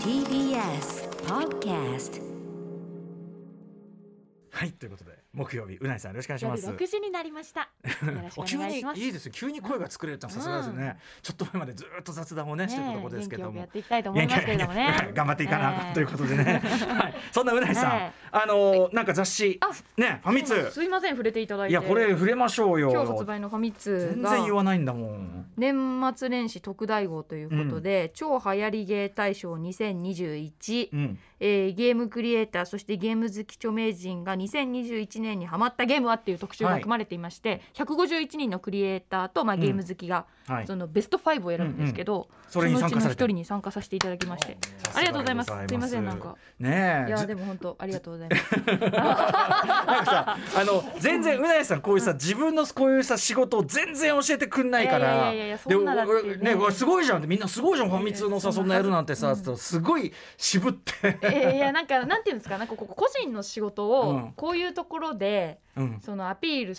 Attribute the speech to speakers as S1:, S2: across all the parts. S1: TBS Podcast
S2: はいということで木曜日うないさんよろしくお願いし
S3: 夜
S2: ます
S3: 6時になりました。よろしく
S2: お
S3: お
S2: 急
S3: 願い
S2: に
S3: します。
S2: いいですよ急に声が作れるってのはさすがですね、ちょっと前までずっと雑談をねしてるところですけども
S3: ねえ元気よくやっていきたいと思いますけれどもね。
S2: はい頑張っていかなあかんということでね、はい、そんなうないさん、
S3: ね
S2: あのーなんか雑誌
S3: あ
S2: ねファ
S3: と
S2: ミ通
S3: すいません触れていただいて。
S2: いやこれ触れましょうよ
S3: 今日発売のファミ通
S2: 全然言
S3: が
S2: わないんだもん
S3: 年末年始特大号ということで、超流行りゲー大賞2021、
S2: うん
S3: えーゲームクリエイターそしてゲーム好き著名人が2021年にハマったゲームはっていう特集が組まれていまして、151人のクリエイターとまあゲーム好きが、
S2: はい
S3: そのベスト5を選ぶんですけど、
S2: それに参加さ
S3: そのう
S2: れ
S3: ち
S2: て
S3: の一人に参加させていただきまして。
S2: さすが
S3: ありがとうございます。
S2: でご
S3: すいません、なんか。
S2: ねえ
S3: いや、
S2: ず
S3: でも本当、ありがとうございます。
S2: なんか さあの全然うなえさんこういうさ自分のこういうさ仕事を全然教えてくんないから
S3: いやいやいやいやそ
S2: で
S3: んなだってね
S2: 俺ね俺すごいじゃんってみんなすごいじゃんファミ通のさ
S3: いやい
S2: そ
S3: や
S2: んなやるなんてさつったらすごい渋って、
S3: えーいや、なんか、なんていうんですか、なんか、ここ個人の仕事
S2: うん
S3: を、こういうところで、
S2: うん、
S3: そのアピール
S2: うん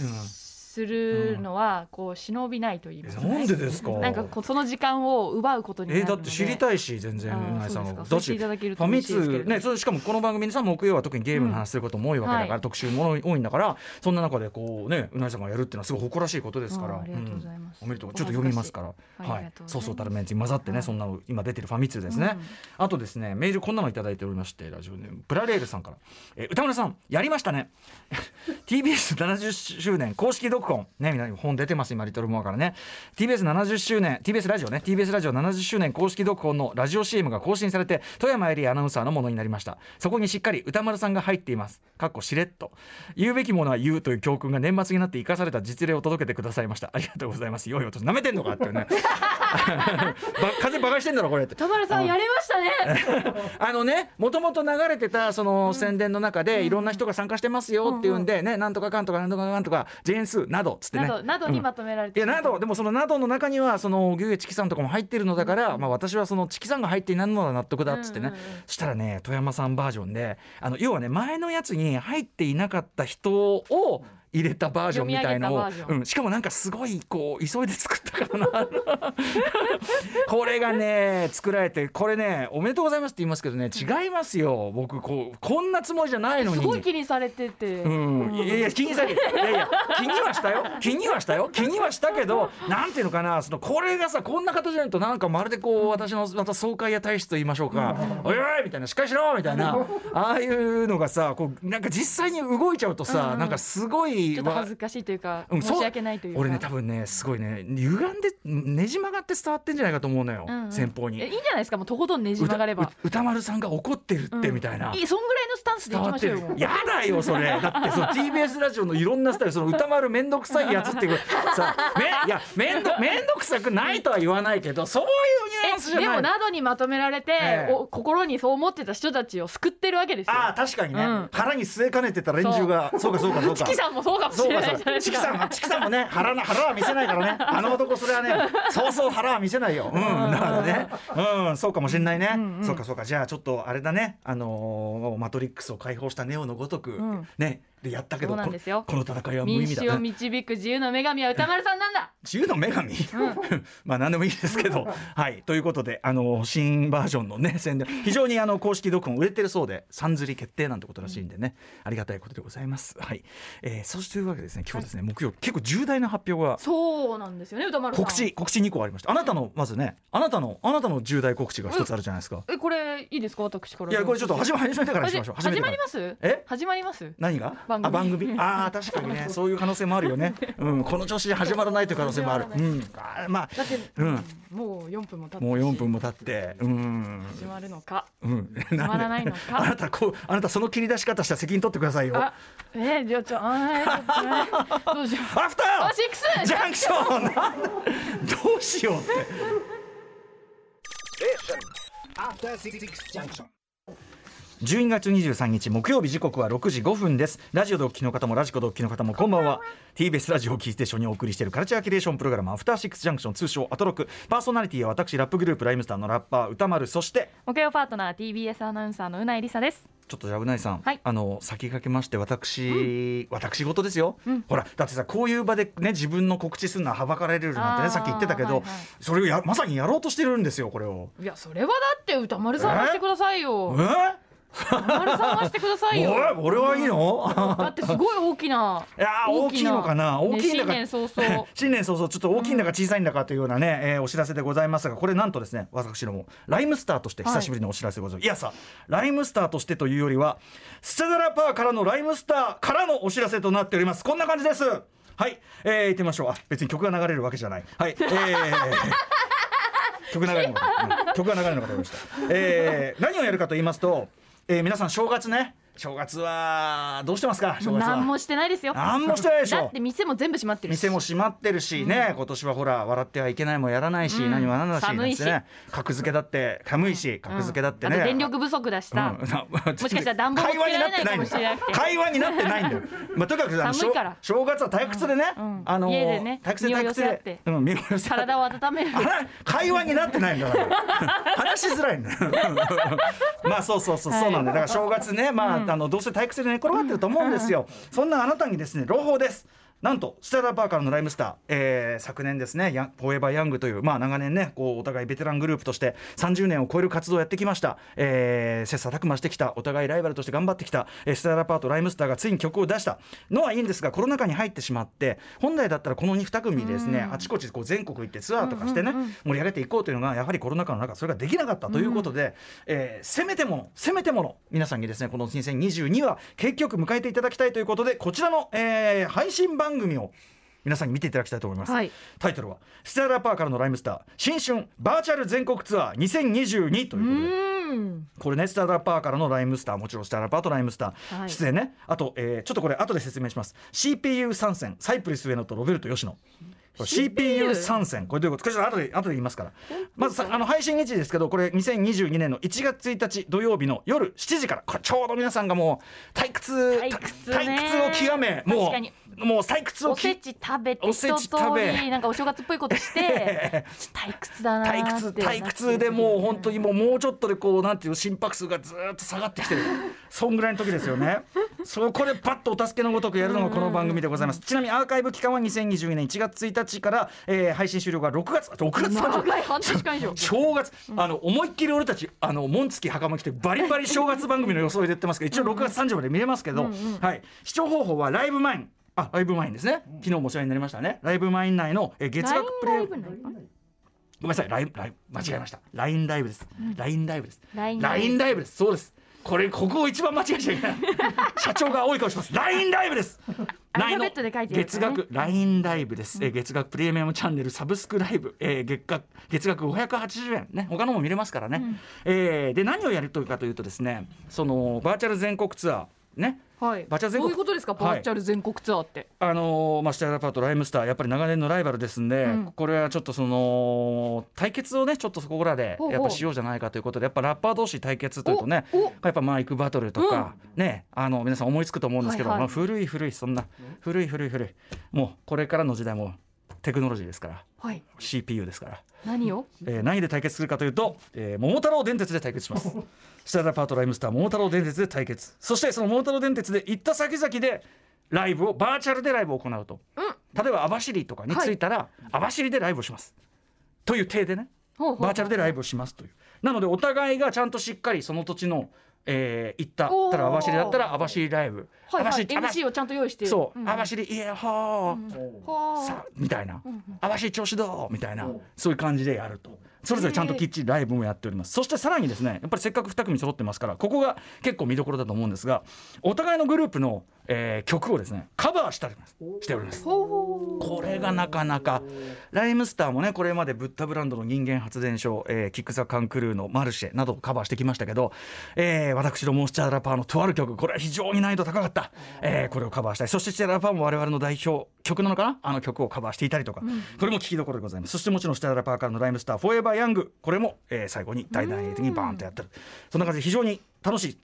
S3: するのは、こう忍びないと言いますか。
S2: なんでですか
S3: なんか、こう、その時間を奪うことにな
S2: え
S3: る
S2: ー、
S3: ので。
S2: だって知り
S3: い。
S2: たいし全然うな
S3: あ
S2: え
S3: ー
S2: さ
S3: そうんです
S2: の
S3: か。
S2: だ
S3: そうして
S2: し
S3: いただける
S2: フ
S3: と
S2: ァミ
S3: 嬉しいですけ
S2: 通
S3: れど。
S2: ね、それしかもこの番組にさ木曜は特にゲームの話することも多いわけだから、
S3: はい
S2: 特集も多いんだから、そんな中でこうねうなえさんがやるっていうのはすごい誇らしいことですから
S3: あーありがとうございます
S2: んおめでとうちょっと読みますから
S3: お恥ずかしい
S2: は
S3: ありが
S2: い
S3: とうございます
S2: そうそうたるメンツに混ざってね、
S3: はい
S2: そんなの今出てるファミ通ですね、あとですねメールこんなのいただいておりましてラジオネームプラレールさんから、えー歌村さんやりましたね TBS70 周年公式読本ねみんな本出てます今リトルモアからね TBS70 周年 TBS ラジオね TBS ラジオ70周年公式読本のラジオ CM が更新されて富山エリアアナウンサーのものになりましたそこにしっかり歌丸さんが入っていますかっこしれっと言うべきものは言うという教訓が年末になって生かされた実例を届けてくださいましたありがとうございますよいお年なめてんのかっていうねば風バカにしてんだろこれって
S3: 田丸さん、やれましたね。
S2: あのね、もともと流れてたその宣伝の中で、いろんな人が参加してますよっていうんで、ね、なんとかかんとかなんとかかんとか、ジェーンスーなどっつってね
S3: な。ど、などにまとめられ
S2: い
S3: て
S2: や
S3: る。
S2: などでもそのなどの中にはその牛えチキさんとかも入ってるのだから、まあ、私はそのチキさんが入っていないのは納得だっつってね、
S3: うんうんうん
S2: そしたらね富山さんバージョンであの要はね前のやつに入っていなかった人を入れたバージョンみたいのを
S3: 読み上げたバージョン
S2: うん、しかもなんかすごいこう急いで作ったからなこれがね作られてこれねおめでとうございますって言いますけどね違いますよ僕こうこんなつもりじゃないのに
S3: すごい気にされてて。
S2: うん、いやいや気にされていやいや気にはしたよ気にはしたよ気にはしたけどなんていうのかなそのこれがさこんな形になるとなんかまるでこう私のまた爽快や体質と言いましょうか「おいおい!」みたいな「しっかりしろ!」みたいなああいうのがさこうなんか実際に動いちゃうとさ、
S3: うんうん
S2: なんかすごい
S3: ちょっと恥ずかしいというか、
S2: うん
S3: 申し訳ないというか。
S2: 俺ね多分ねすごいね歪んでねじ曲がって伝わってんじゃないかと思うのよ、
S3: うんうん
S2: 先方に。
S3: えいいんじゃないですか、もうとことんねじ曲がれば
S2: 歌。歌丸さんが怒ってるってみたいな。
S3: いいそんぐらいのスタンスでい
S2: 伝
S3: き
S2: わ
S3: ま
S2: っ
S3: してょう
S2: る
S3: よもう。
S2: やだよそれ だってその TBS ラジオのいろんなスタイルその歌丸めんどくさいやつって いうさめいやめんどめんどくさくないとは言わないけどそういうニュアンスじ
S3: え
S2: ゃ
S3: で
S2: ない
S3: もなどにまとめられて、
S2: ええ
S3: お心にそう思ってた人たちを救ってるわけですよ。
S2: ああ確かにね、
S3: うん
S2: 腹に据えかねてた連中がそうかそうかそう
S3: チ
S2: か
S3: キさんもそうかもし
S2: そう
S3: れ
S2: か
S3: ない
S2: そう
S3: じ
S2: か
S3: ゃないで
S2: チ
S3: す
S2: キ
S3: か。
S2: さんはチキさんもね腹な腹は見せないから ねあの男それはねそうそう腹は見せないようんだからねうんそうかもしれないね、
S3: うんうん
S2: そうかそうかじゃあちょっとあれだねあのーマトリックスを解放したネオのごとく、
S3: ん
S2: ねでやったけど
S3: そうなんですよ
S2: このこの戦いは無意
S3: 民
S2: 味だ
S3: 主を導く自由の女神は歌丸さんなんだ。
S2: 自由の女神、 まあ何でもいいですけど はいということであの新バージョンのね宣伝非常にあの公式読本売れてるそうでさんずり決定なんてことらしいんでね、ありがたいことでございますはい、えー、そしてというわけでですね今日ですね、木曜結構重大な発表が
S3: そうなんですよね、歌丸さん。
S2: 告知告知2個ありましたあなたのまずねあなたのあなたの重大告知が一つあるじゃないですか、
S3: えこれいいですか、私から。
S2: いやこれちょっと始ま始めてからにしましょう
S3: 始始ま
S2: て
S3: り
S2: から
S3: ます？
S2: え
S3: 始まります？
S2: 何が
S3: 番組
S2: あ番組ああ確か にねそういう可能性もあるよね、うん、この調子で始まらないという可能性もある、うん、あーまあ
S3: だって、
S2: うん
S3: もう四分も経って
S2: もう4分も経ってうん
S3: 始まるのか。
S2: うん、
S3: 止まらないのか
S2: あなたこうあなたその切り出し方したら責任取ってくださいよ。
S3: あ、えー、じゃあちょ、あー、えーど うしよう。
S2: アフタ
S3: あ、シックス。
S2: ージャンクション なんだどうしようって。
S4: After Six Junction.
S2: 12月23日木曜日時刻は6時5分ですラジオでお聞きの方もラジコでお聞きの方もこんばんは TBS ラジオをキーステーションにお送りしているカルチャーキュレーションプログラムアフターシックスジャンクション通称アトロクパーソナリティは私ラップグループライムスターのラッパー歌丸そして
S3: 木曜パートナー TBS アナウンサーのうないりさです
S2: ちょっとじゃあうないさん、
S3: はい
S2: あの先駆けまして私、私事ですよ、
S3: うん
S2: ほらだってさこういう場でね自分の告知するのははばかられるなんて
S3: あ
S2: ね
S3: ー
S2: さっき言ってたけど、
S3: はいはい
S2: それをやまさにやろうとしてるんですよこれを。
S3: いやそれはだって歌丸さんはしてください
S2: え
S3: よ歌丸さんはしてくださいよ
S2: おい俺はいいの、
S3: だってすごい大きない
S2: やー大きいのかな大きいんだか、
S3: ね新 年早々
S2: 新年早々ちょっと大きいんだか小さいんだかというようなね、えーお知らせでございますがこれなんとですね私どもライムスターとして久しぶりのお知らせでございます、い、やさライムスターとしてというよりはスチャダラパーからのライムスターからのお知らせとなっておりますこんな感じですはい、えー、行ってみましょうあ別に曲が流れるわけじゃないはいえー曲流れるのか、うん曲が流れるのかと思いました、えー、何をやるかと言いますと、えー、皆さん正月ね正月はどうしてますか正
S3: もう
S2: 月は
S3: 何もしてないですよ
S2: 何もしてないでしょ
S3: だって店も全部閉まってるし
S2: 店も閉まってるしね、今年はほら笑ってはいけないもやらないし、
S3: うん
S2: 何もやらないし
S3: 寒いし
S2: なんてね格付けだって寒いし格付けだってね、
S3: あと電力不足だしさ、
S2: も
S3: もしかしたら暖房も
S2: 会話になってないん
S3: つ
S2: だよ
S3: けられないかもしれなくて
S2: 会話になってないんだよ、まあ、とにかくあの
S3: 寒いから
S2: 正正月は退屈でね、
S3: うんうん
S2: あの
S3: 家でね
S2: 退屈で
S3: 身を
S2: 退
S3: 寄
S2: 屈
S3: せ合っ
S2: で
S3: て、
S2: うん、身を寄せ合って
S3: 体を温める
S2: あら会話になってないんだから 話しづらいんだよ まあそうそうそう、
S3: はい
S2: そうなんだよだから正月ねまあ,、あのどうせ退屈で寝転がってると思うんですよ、そんなあなたにですね朗報ですなんとステラ・パーカーのライムスター、えー昨年ですねヤンフォーエバー・ヤングという、まあ、長年ねこうお互いベテラングループとして30年を超える活動をやってきました、えー切磋琢磨してきたお互いライバルとして頑張ってきた、えーステラ・パーとライムスターがついに曲を出したのはいいんですがコロナ禍に入ってしまって本来だったらこの2組でですね、あちこちこう全国行ってツアーとかしてね、盛り上げていこうというのがやはりコロナ禍の中それができなかったということで、えーせめてものせめてもの皆さんにですねこの2022は結局迎えていただきたいということでこちらの、えー配信番組を皆さんに見ていただきたいと思います、
S3: はい
S2: タイトルは「ステララパーからのライムスター新春バーチャル全国ツアー2022」という
S3: う
S2: ことで
S3: ん
S2: これねスターラッパーからのライムスターもちろんスターラッパーとライムスター、
S3: はい
S2: 出演ねあと、えーちょっとこれ後で説明します CPU 参戦サイプリス上野とロベルト吉野これ CPU 参戦これどういうことこれちょっと後で後で言いますからまずさあの配信日時ですけどこれ2022年の1月1日土曜日の夜7時からこれちょうど皆さんがもう退屈
S3: 退屈ね
S2: 退屈を極めも
S3: 確かに
S2: うもう退屈を
S3: お
S2: き
S3: せち食べて
S2: お
S3: 一
S2: せ
S3: 通
S2: ち食べ
S3: りなんかお正月っぽいことして ちょっと退屈だな
S2: 退
S3: ー
S2: 屈
S3: って
S2: 退屈でもう本当にもうもうちょっとでこうなんていう心拍数がずーっと下がって きてるそんぐらいの時ですよねそこでパッとお助けのごとくやるのがこの番組でございますちなみにアーカイブ期間は2022年1月1日から、えー配信終了が6月あ6月30
S3: 長い半年間 以上
S2: 正月、あの思いっきり俺たちあの紋付き袴着てバリバリ正月番組の装いでやってますけど一応6月30まで見れますけど、はい、視聴方法はライブマインあライブマインですね昨日もお世話になりましたねライブマイン内の、えー月額プ
S3: LINE ラ
S2: レ
S3: イ
S2: イ
S3: ブなのかな
S2: ごめんなさい、ライン、ライン、間違えました。ラインライブです。ラインライブです。
S3: ラ
S2: ラ
S3: イ
S2: イ
S3: ン
S2: ン
S3: ライブ
S2: ライブです。そうです。これ、ここを一番間違えちゃい けない。社長が多い顔してます。ラインライブです。
S3: アルファ
S2: 内の
S3: ベットで書いてるや
S2: 月
S3: つね
S2: 額ラインライブです。えー月額プレミアムチャンネルサブスクライブ、えー月額月額580円ね。他のも見れますからね。えーで何をやるというかというとですね、そのバーチャル全国ツアーね。
S3: はい
S2: バーチャル全国
S3: どういうことですかバーチャル全国ツアーって、
S2: あのーまあ、シティアラパートライムスターやっぱり長年のライバルですんで、
S3: うん
S2: これはちょっとその対決をねちょっとそこらで
S3: ほうほう
S2: やっぱしようじゃないかということでやっぱラッパー同士対決というとね
S3: おお
S2: やっぱマイクバトルとか、ねあの皆さん思いつくと思うんですけど、
S3: はいはい
S2: まあ、古い古いそんな古い古い古いもうこれからの時代もテクノロジーですから
S3: はい、
S2: CPU ですから。
S3: 何を
S2: えー何で対決するかというと、えー桃太郎電鉄で対決し ます設楽パートライムスター桃太郎電鉄で対決そしてその桃太郎電鉄で行った先々でライブをバーチャルでライブを行うと、例えば網走とかに着いたら、網走でライブをしますという体でね
S3: ほうほうほう
S2: バーチャルでライブをしますというなのでお互いがちゃんとしっかりその土地の、えー行った
S3: おー
S2: たら網走だったら網走ライブ、
S3: はい
S2: 網
S3: は
S2: 走
S3: い、MC をちゃんと用意して
S2: そう、
S3: ん
S2: 網走イエホー、
S3: はあ
S2: さみたいな網走調子どうみたいなそういう感じでやるとそれぞれちゃんときっちりライブもやっておりますそしてさらにですねやっぱりせっかく2組揃ってますからここが結構見どころだと思うんですがお互いのグループの、えー曲をですねカバーしたりますしております
S3: ほうほう
S2: これがなかなかライムスターもねこれまでブッダブランドの人間発電所、えーキック・ザ・カンクルーのマルシェなどをカバーしてきましたけど、えー私のモンスチャーラパーのとある曲これは非常に難易度高かった、えーこれをカバーしたりそしてスチャラパーも我々の代表曲なのかなあの曲をカバーしていたりとか、これも聞きどころでございますそしてもちろんスチャラパーからのライムスター「フォーエバー・ヤング」これも、えー最後に大々的にバーンとやってるそんな感じで非常に楽しい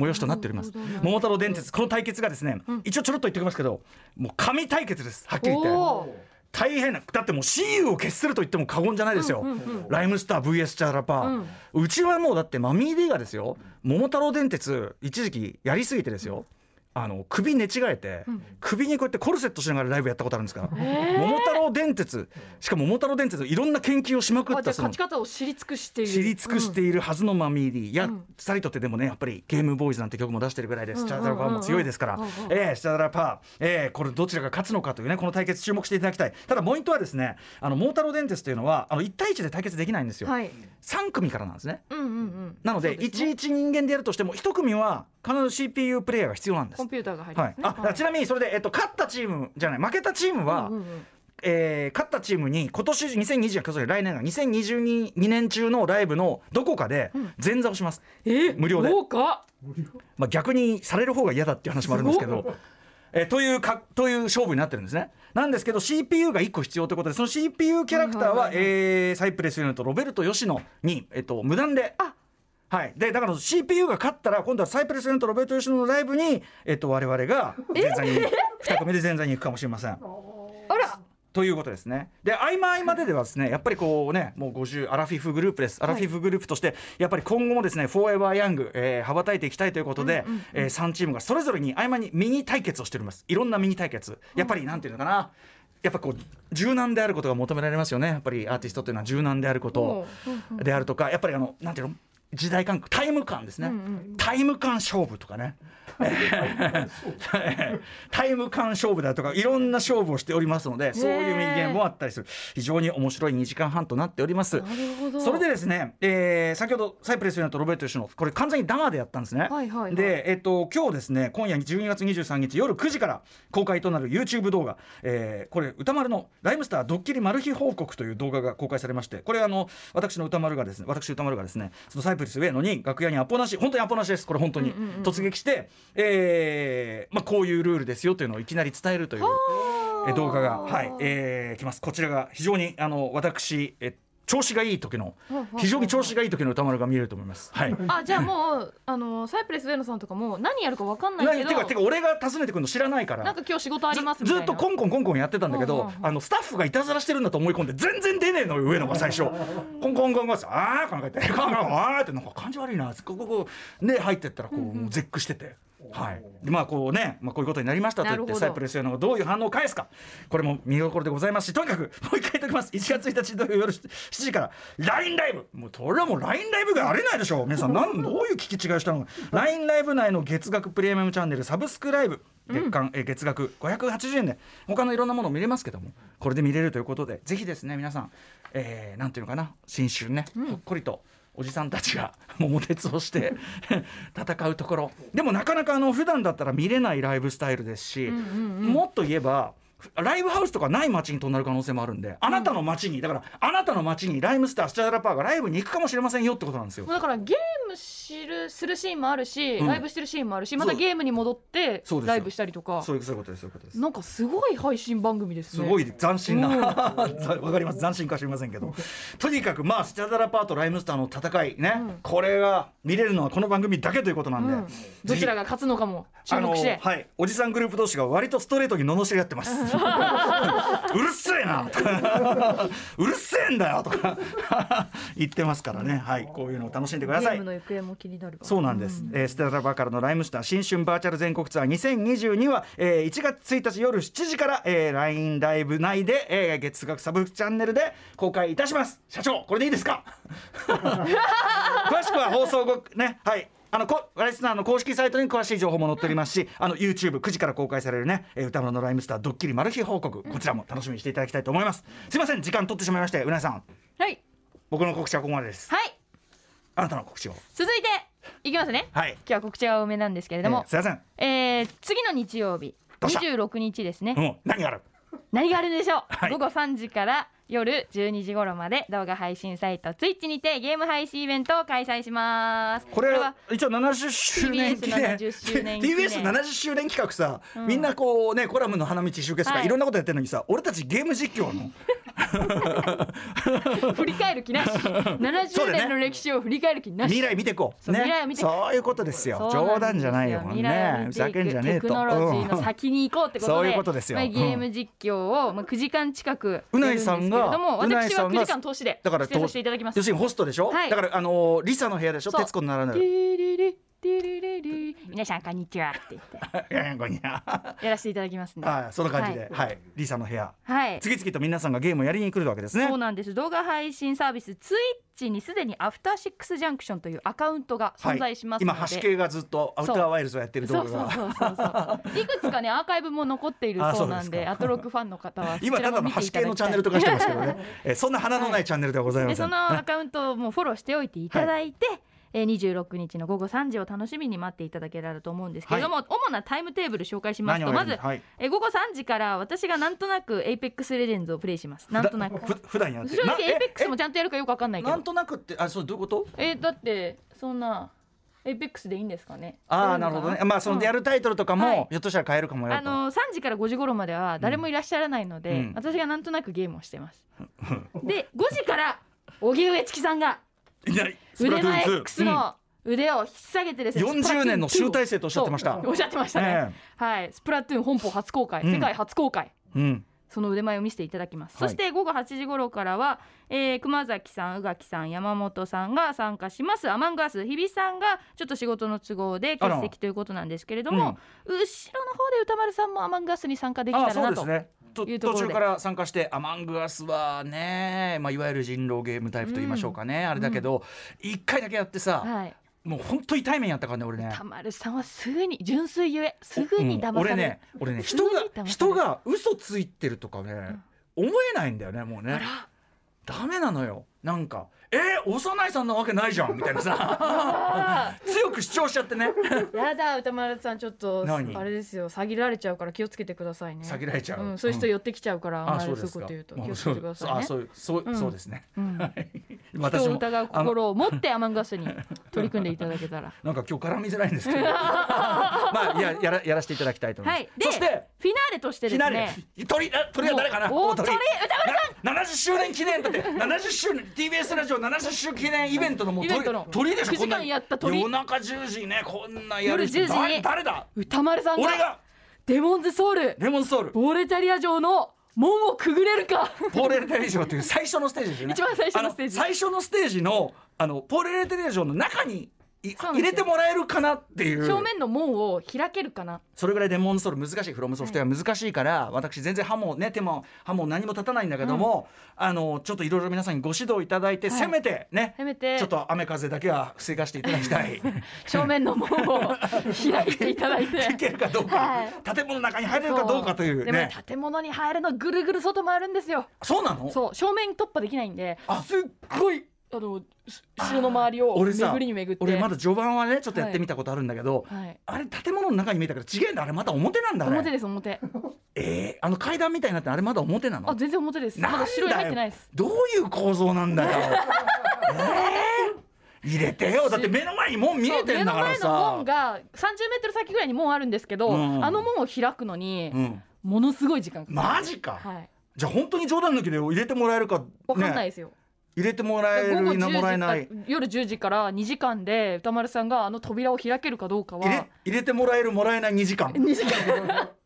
S2: 催しとなっております
S3: なるほどなるほど
S2: 桃太郎電鉄この対決がですね、一応ちょろっと言っておきますけどもう神対決ですはっきり言って
S3: おー
S2: 大変なだってもう雌雄を決すると言っても過言じゃないですよ、
S3: うんうんうん
S2: ライムスター VS チャラパー、うちはもうだってマミー・ディがですよ桃太郎電鉄一時期やりすぎてですよあの首寝違えて、首にこうやってコルセットしながらライブやったことあるんですから、桃太郎電鉄しかも桃太郎電鉄のいろんな研究をしまく
S3: あ
S2: った
S3: じゃあ
S2: その
S3: 勝ち方を知り尽くしている
S2: 知り尽くして
S3: うん
S2: いるはずのマミーディ、や
S3: うん
S2: サリトってでもねやっぱりゲームボーイズなんて曲も出してるぐらいです、
S3: うん
S2: チャダラパーも強いですから、
S3: うんうんうん
S2: えーチャダラパー、えーこれどちらが勝つのかというねこの対決注目していただきたいただポイントはですねあのモータロ電鉄というのはあの1対1で対決できないんですよ、
S3: はい
S2: 3組からなんですね
S3: うんうんうん
S2: なので
S3: そうす
S2: 一
S3: ね
S2: 1人間でやるとしても1組は必ず CPU プレイヤーが必要なんです
S3: コンピューターが入り
S2: は
S3: ま
S2: い
S3: す、ね
S2: あちなみにそれで、えっと、勝ったチームじゃない負けたチームは、
S3: うんうんうん
S2: えー勝ったチームに今年2020年来年が2022年中のライブのどこかで前座をします、
S3: えー
S2: 無料で
S3: 豪華
S2: まあ、逆にされる方が嫌だっていう話もあるんですけど。えーというかという勝負になってるんですね。なんですけど CPU が1個必要ということでその CPU キャラクターは
S3: はいはいはいはい
S2: えーサイプレスユニットロベルト吉野に、えっと、無断で
S3: あ。
S2: はい、でだから CPU が勝ったら今度はサイプレスユニットロベルト吉野のライブに、えっと、我々が前座に2組で前座に行くかもしれません。
S3: あら
S2: ということですね。で合間合間でではですねやっぱりこうねもう50アラフィフグループですアラフィフグループとしてやっぱり今後もですねフォーエバーヤング、えー羽ばたいていきたいということで、え3チームがそれぞれに合間にミニ対決をしておりますいろんなミニ対決やっぱりなんていうのかなやっぱこう柔軟であることが求められますよねやっぱりアーティストというのは柔軟であることであるとかやっぱりあのなんていうの時代感覚タイム感ですね、タイム感勝負とかね タイム感勝負だとかいろんな勝負をしておりますのでそういうミニゲームもあったりする非常に面白い2時間半となっております
S3: なるほど
S2: それでですね、えー先ほどサイプレスユナイトロベルト吉野これ完全にダマでやったんですね、
S3: はいはいはい
S2: でえっと今日ですね今夜12月23日夜9時から公開となる YouTube 動画、えーこれ歌丸の「ライムスタードッキリマル秘報告」という動画が公開されましてこれあの私の歌丸がですね私歌丸がですねそのサイプレス上野に楽屋にアポなし本当にアポなしですこれ本当に、突撃して、えーまあ、こういうルールですよというのをいきなり伝えるという。え動画が、はいえー、来ますこちらが非常にあの私え調子がいい時の
S3: はいはい
S2: 非常に調子がいい時の歌丸が見れると思います。はい。
S3: あじゃあもうあのサイプレス上野さんとかも何やるかわかんない
S2: 何
S3: け
S2: てかてか
S3: ど
S2: 俺が訪ねてくるの知らないから。
S3: なんか今日仕事あります
S2: ず
S3: みた
S2: ず
S3: いな
S2: っとコンコンコンコンやってたんだけ
S3: うんうん
S2: ど
S3: う、ん
S2: あのスタッフがいたずらしてるんだと思い込んで全然出ねえのよ上野が最初。コンコンコンコンさああ考えて考えてああってなんか感じ悪いなこここうね入ってったらこうもう絶句してて。はい、でまあこうね、まあ、こういうことになりましたと言っ
S3: なる
S2: て
S3: ほど
S2: サイプレスへのどういう反応を返すかこれも見どころでございますしとにかくもう一回言っておきます1月1日土曜夜7時から LINE ライブもうこれはもう LINE ライブがあれないでしょ皆さんなんどういう聞き違いをしたの LINE ライブ内の月額プレミアムチャンネルサブスクライブ月間、え月額580円で他のいろんなもの見れますけどもこれで見れるということでぜひですね皆さん、えーなんていうのかな新春ね、ほっこりとおじさんたちが桃鉄をして戦うところでもなかなかあの普段だったら見れないライブスタイルですし、もっと言えばライブハウスとかない街にとなる可能性もあるんであなたの街に、だからあなたの街にライムスタースチャダラパーがライブに行くかもしれませんよってことなんですよ
S3: もう。だからゲーム知るするシーンもあるし、
S2: うん
S3: ライブしてるシーンもあるしま
S2: そ
S3: た
S2: う
S3: ゲームに戻って
S2: そうですよ
S3: ライブしたりとか
S2: そういうそういうことですそういうことです
S3: なんかすごい配信番組です
S2: す
S3: ね
S2: ごい斬新な、 わかります斬新か知りませんけどとにかくまあスチャダラパーとライムスターの戦いね、これが見れるのはこの番組だけということなんで、
S3: うんどちらが勝つのかも注
S2: あの
S3: 目して、
S2: はい、おじさんグループ同士が割とストレートに罵り合ってます。 うるせえなとか、 うるせえんだよとか 言ってますからね、はい、こういうのを楽しんでくだ
S3: ゲ
S2: さ
S3: ー
S2: い
S3: ム。の行方も気になるわ
S2: そうなんです、えーステラバからのライムスター新春バーチャル全国ツアー2022は、えー1月1日夜7時から、えー、LINE ライブ内で、えー月額サブチャンネルで公開いたします社長これでいいですか 詳しくは放送後ねはいあのこライスナーの公式サイトに詳しい情報も載っておりますし、あの YouTube9 時から公開されるね、えー歌丸のライムスタードッキリマル秘報告こちらも楽しみにしていただきたいと思いますすいません時間取ってしまいましてうなぎさん
S3: はい、
S2: 僕の告知はここまでです
S3: はい、
S2: あなたの告知を
S3: 続いていきますね、
S2: はい
S3: 今日は告知が多めなんですけれども
S2: えー、すいません
S3: えー次の日曜日
S2: どうした
S3: 26日ですね、
S2: うん何がある
S3: 何があるんでしょう、
S2: はい
S3: 午後3時から夜12時頃まで動画配信サイト Twitch にてゲーム配信イベントを開催します
S2: これは一応70周年記念
S3: TBS 周年記念
S2: TBS70 周年企画さ、みんなこうねコラムの花道集結とか、
S3: はい
S2: い、ろんなことやってるのにさ俺たちゲーム実況の
S3: 振り返る気なし
S2: そうだ
S3: 70
S2: ね
S3: 年の歴史を振り返る気なし
S2: 未来見てこう
S3: そう
S2: ね
S3: 未来を見てこう
S2: そういうことですよ
S3: そう
S2: 冗
S3: ん
S2: 談
S3: です
S2: じゃないよこれ
S3: 未来を
S2: ね
S3: 見
S2: ふ
S3: てい
S2: ざ
S3: く
S2: けんじゃねえと
S3: テクノロジーの先に行こうってことで、
S2: そういうことですよ
S3: まあ、ゲーム実況をまあ9時間近く
S2: うないさんが
S3: やるですけれども
S2: うない
S3: 私
S2: さ
S3: は
S2: んが
S3: 9時間通しで
S2: だから
S3: 出演させていただきます
S2: 要するにホストでしょ、
S3: はい
S2: だからあのーリサの部屋でしょ
S3: そう
S2: 徹子の並ん
S3: テ
S2: で
S3: ィリリティリリリ皆さんこんにちはって言って
S2: るこんにちは
S3: やらせていただきますね
S2: はいそんな感じで、
S3: は
S2: はいいリサの部屋
S3: はい
S2: 次々と皆さんがゲームをやりに来るわけですね
S3: そうなんです動画配信サービスツイッチにすでにアフターシックスジャンクションというアカウントが存在しますの
S2: 今
S3: で、
S2: 橋系がずっとアウターワイルズをやってる動
S3: そう
S2: 画
S3: そう
S2: が
S3: そうそうそういくつかねアーカイブも残っているそうなんで
S2: あ
S3: アトロックファンの方はそ ち
S2: 今
S3: ら
S2: ただ
S3: も
S2: の
S3: 見
S2: 橋
S3: ていただきたい
S2: 系のチャンネルとかしてますけ どね、えーそんな花のないチャンネルではございま
S3: で
S2: せん、
S3: そのアカウントもフォローしておいていただいて、えー26日の午後3時を楽しみに待っていただけたらと思うんですけれども、主なタイムテーブル紹介します
S2: 何
S3: と
S2: をやる
S3: ま
S2: の
S3: ず、
S2: はい
S3: えー午後3時から私がなんとなく APEX レジェンズをプレイしますなんとなく
S2: ふだ普段やって
S3: 正
S2: な
S3: 直
S2: え
S3: APEX もちゃんとやるかよくわかんな
S2: え
S3: いけ
S2: なん
S3: ど
S2: となくってあそうどういうこと
S3: えーだってそんな APEX でいいんですかね
S2: あ
S3: や
S2: あ
S3: の
S2: な
S3: か
S2: るほどねまあその
S3: うん
S2: やるタイトルとかも、
S3: はい
S2: ひょっとしたら変えるかもよ
S3: あの3時から5時頃までは誰もいらっしゃらないので、
S2: うん
S3: 私がなんとなくゲームをしてます。で5時から荻上チキさんが
S2: いきなりスプラ
S3: 腕
S2: トゥ
S3: の
S2: ーン2
S3: X の腕を引っ提げてですね、
S2: うん
S3: スプラトゥー
S2: 40
S3: ン
S2: 年の
S3: 2
S2: 集大成とおっしゃってました
S3: そうおっしゃってました ね、はいスプラトゥーン本邦初公開、
S2: うん
S3: 世界初公開
S2: うんうん
S3: その腕前を見せていただきます、
S2: はい
S3: そして午後8時頃からは、えー熊崎さん宇垣さん山本さんが参加しますアマンガース日比さんがちょっと仕事の都合で欠
S2: あら
S3: 席ということなんですけれども、後ろの方で歌丸さんもアマンガースに参加できた
S2: あ
S3: ら
S2: あそう
S3: な
S2: です
S3: と
S2: ねと
S3: いうとこ
S2: 途
S3: ろで
S2: 中から参加して「アマングアス」はね、まあ、いわゆる人狼ゲームタイプと言いましょうかね、あれだけど、一回だけやってさ、
S3: はい、
S2: もう本当痛い目にあったからね俺ね。
S3: 田丸さんはすぐに純粋ゆえすぐに
S2: うん
S3: 騙
S2: 俺
S3: される
S2: ね、俺ね
S3: す
S2: 人
S3: ぐに騙さ
S2: が
S3: れる
S2: 人が嘘ついてるとかね、思えないんだよねもうねダメなのよなんか「えー、幼いさんなわけないじゃん」みたいな さ強く主張しちゃってね
S3: やだ歌丸さんちょっと
S2: 何
S3: あれですよ詐欺られちゃうから気をつけてくださいね
S2: 詐欺られちゃう、
S3: うん、そういう人寄ってきちゃうから、あん
S2: あ
S3: ま
S2: そう
S3: り
S2: で
S3: そう
S2: す
S3: いうこ
S2: か
S3: と言うと
S2: まあ
S3: 気をつ
S2: そ
S3: け
S2: う
S3: てください
S2: あ
S3: ね
S2: そうそう、
S3: うん
S2: そうですね
S3: うん
S2: 私
S3: 人を
S2: も
S3: 疑う
S2: あの
S3: 心を持ってアマンガスに取り組んでいただけたら
S2: なんか今日絡みづらいん ですけどまあややらやらせていただきたいと思い
S3: は
S2: ます、
S3: いで
S2: そして
S3: フィナーレとして
S2: ひ
S3: です
S2: な
S3: ね
S2: れ鳥あ鳥は誰かな
S3: もうお鳥
S2: 大な70周年記念だって70周年 TBS ラジオ70周記念イベントのもう
S3: イベントの
S2: 鳥鳥でしょ
S3: 9
S2: こんな
S3: 時間やった鳥
S2: 夜中10時にねこんなやる人
S3: 夜10時
S2: 誰
S3: に
S2: 誰だ
S3: 歌丸さん
S2: 俺
S3: が
S2: が
S3: デモンズソウル
S2: レモンソウル
S3: ボーレタリア城の門をくぐれるか
S2: ポーレレテレジョという最初のステージですよね
S3: 一番最初のステージ
S2: あの最初のステージのあのポーレレテレジョの中にい
S3: そうな
S2: 入
S3: んです
S2: れ
S3: よ
S2: てもらえるかなっていう
S3: 正面の門を開けるかな
S2: それぐらいデモンソウル難しいフロムソフトウェア難しいから、私全然歯もね手も歯も何も立たないんだけども、あのちょっといろいろ皆さんにご指導いただいて、
S3: はい
S2: せめてね
S3: せめて
S2: ちょっと雨風だけは防がしていただきた い
S3: 正面の門を開いていただい
S2: い
S3: て
S2: けるかどうか、
S3: はい
S2: 建物の中に入れるかどうかという
S3: でもね
S2: ね
S3: 建物に入るのぐるぐる外回るんですよ
S2: そうなの
S3: そう正面突破できないんで
S2: あ
S3: すっごいあのす城の周りを
S2: 俺さ
S3: 巡りに巡って
S2: 俺まだ序盤はねちょっとやってみたことあるんだけど、
S3: はい
S2: あれ建物の中に見えたから違えんだあれまだ表なんだ
S3: 表
S2: ね
S3: です表
S2: えー、あの階段みたいになってあれまだ表なの
S3: あ全然表です
S2: な
S3: ま
S2: んだ
S3: だ白い入ってないです
S2: どういう構造なん だよ。えー入れてよだって目の前に門見えてんだから
S3: そう目の前の
S2: さ
S3: 門。が30メートル先ぐらいに門あるんですけど、
S2: うん
S3: あの門を開くのに
S2: うん、
S3: ものすごい時間かか
S2: マジか、
S3: る、はい、
S2: じゃあ本当に冗談抜きで入れてもらえるか、ね、
S3: わかんないですよ、
S2: 入れてもらえ
S3: 午後
S2: るなもらえな
S3: 10
S2: い
S3: 時あ夜10時から2時間で歌丸さんがあの扉を開けるかどうかは
S2: 入れ入れてもらえるもらえない2時間
S3: 2時間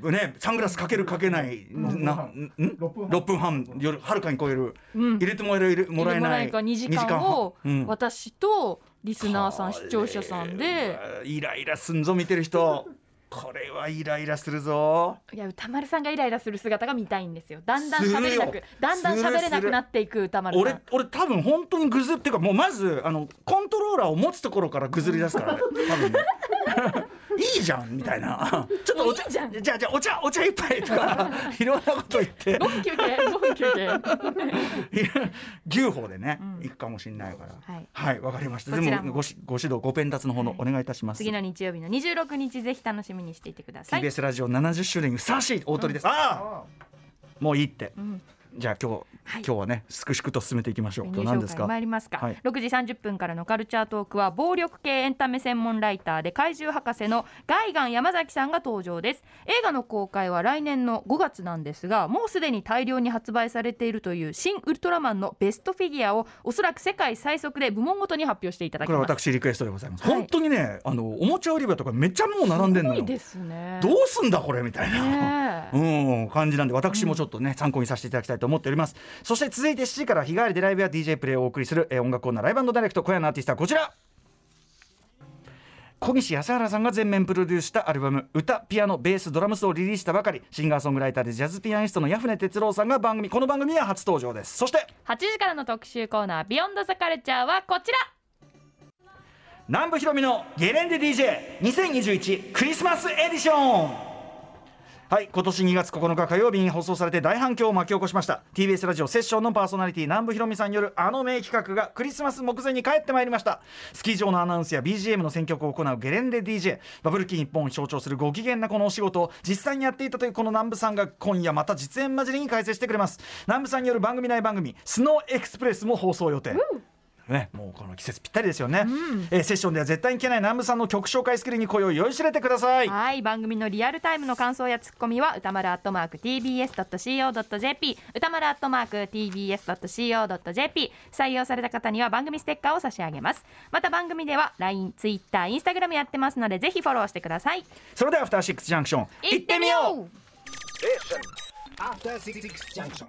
S2: ねサングラスかけるかけないなん6分半よりはるかに超える、
S3: うん
S2: 入れてもらえるもらえない
S3: か2時間
S2: 半
S3: を
S2: うん
S3: 私とリスナーさん視聴者さんで
S2: これはイライラすんぞ見てる人これはイライラするぞ
S3: いや歌丸さんがイライラする姿が見たいんですよだんだん喋れ
S2: す
S3: な
S2: る
S3: く
S2: よ
S3: だんだん喋れな
S2: するす
S3: く
S2: る
S3: なっていく歌丸さん
S2: 俺俺多分本当にぐずっていうかもうまずあのコントローラーを持つところからぐずり出すからね多分ね いいじゃんみたい なちょっとお茶
S3: いいじゃん
S2: じゃあじゃあお茶お茶一杯と かいろんなこと言って
S3: 5分休憩5分休憩
S2: 牛歩でね、
S3: うん
S2: 行くかもしれないから
S3: はい
S2: はいわかりました
S3: こ
S2: で
S3: ちらも
S2: もごしご指導ごペ達の方のお願いいたします、
S3: 次の日曜日の26日ぜひ楽しみにしていてください
S2: TBS ラジオ70周年にふさわしい大鳥です、ああもういいって
S3: うん
S2: じゃあ今日、
S3: はい
S2: 今日はねすくしくと進めていきましょう。
S3: メ
S2: 今日何
S3: ニュー
S2: で
S3: 紹
S2: す
S3: 介
S2: か。
S3: 参りますか、
S2: はい
S3: 6時30分からのカルチャートークは暴力系エンタメ専門ライターで怪獣博士のガイガン山崎さんが登場です映画の公開は来年の5月なんですがもうすでに大量に発売されているという新ウルトラマンのベストフィギュアをおそらく世界最速で部門ごとに発表していただき
S2: これは
S3: ます
S2: 私リクエストでございます。
S3: はい
S2: 本当にねあのおもちゃ売り場とかめっちゃもう並んでるの
S3: すご
S2: よ。
S3: いですね
S2: どうすんだこれみたいな。
S3: ねえ
S2: うん、感じなんで私もちょっとね、参考にさせていただきたいと思っておりますそして続いて7時から日替わりでライブや DJ プレイをお送りする、えー音楽コーナーライブダイレクト今夜のアーティストはこちら小西康原さんが全面プロデュースしたアルバム「歌ピアノベースドラムス」をリリースしたばかりシンガーソングライターでジャズピアニストの矢船哲郎さんが番組この番組には初登場ですそして
S3: 8時からの特集コーナー「ビヨンドザカルチャーはこちら
S2: 南部ひろみのゲレンデ DJ2021 クリスマスエディションはい今年2月9日火曜日に放送されて大反響を巻き起こしました TBS ラジオセッションのパーソナリティ南部ひろみさんによるあの名企画がクリスマス目前に帰ってまいりましたスキー場のアナウンスや BGM の選曲を行うゲレンデ DJ バブル期日本を象徴するご機嫌なこのお仕事を実際にやっていたというこの南部さんが今夜また実演混じりに解説してくれます南部さんによる番組内番組「スノーエクスプレス」も放送予定、ね、もうこの季節ぴったりですよね、えーセッションでは絶対に聞けない南部さんの曲紹介スクリーンに声を酔いしれてください
S3: はい番組のリアルタイムの感想やツッコミは歌丸アットマーク TBS.CO.JP 歌丸アットマーク TBS.CO.JP 採用された方には番組ステッカーを差し上げますまた番組では LINE、Twitter、Instagram やってますのでぜひフォローしてください
S2: それではアフターシックスジャンクション
S3: 行ってみよう
S2: After Six Junction.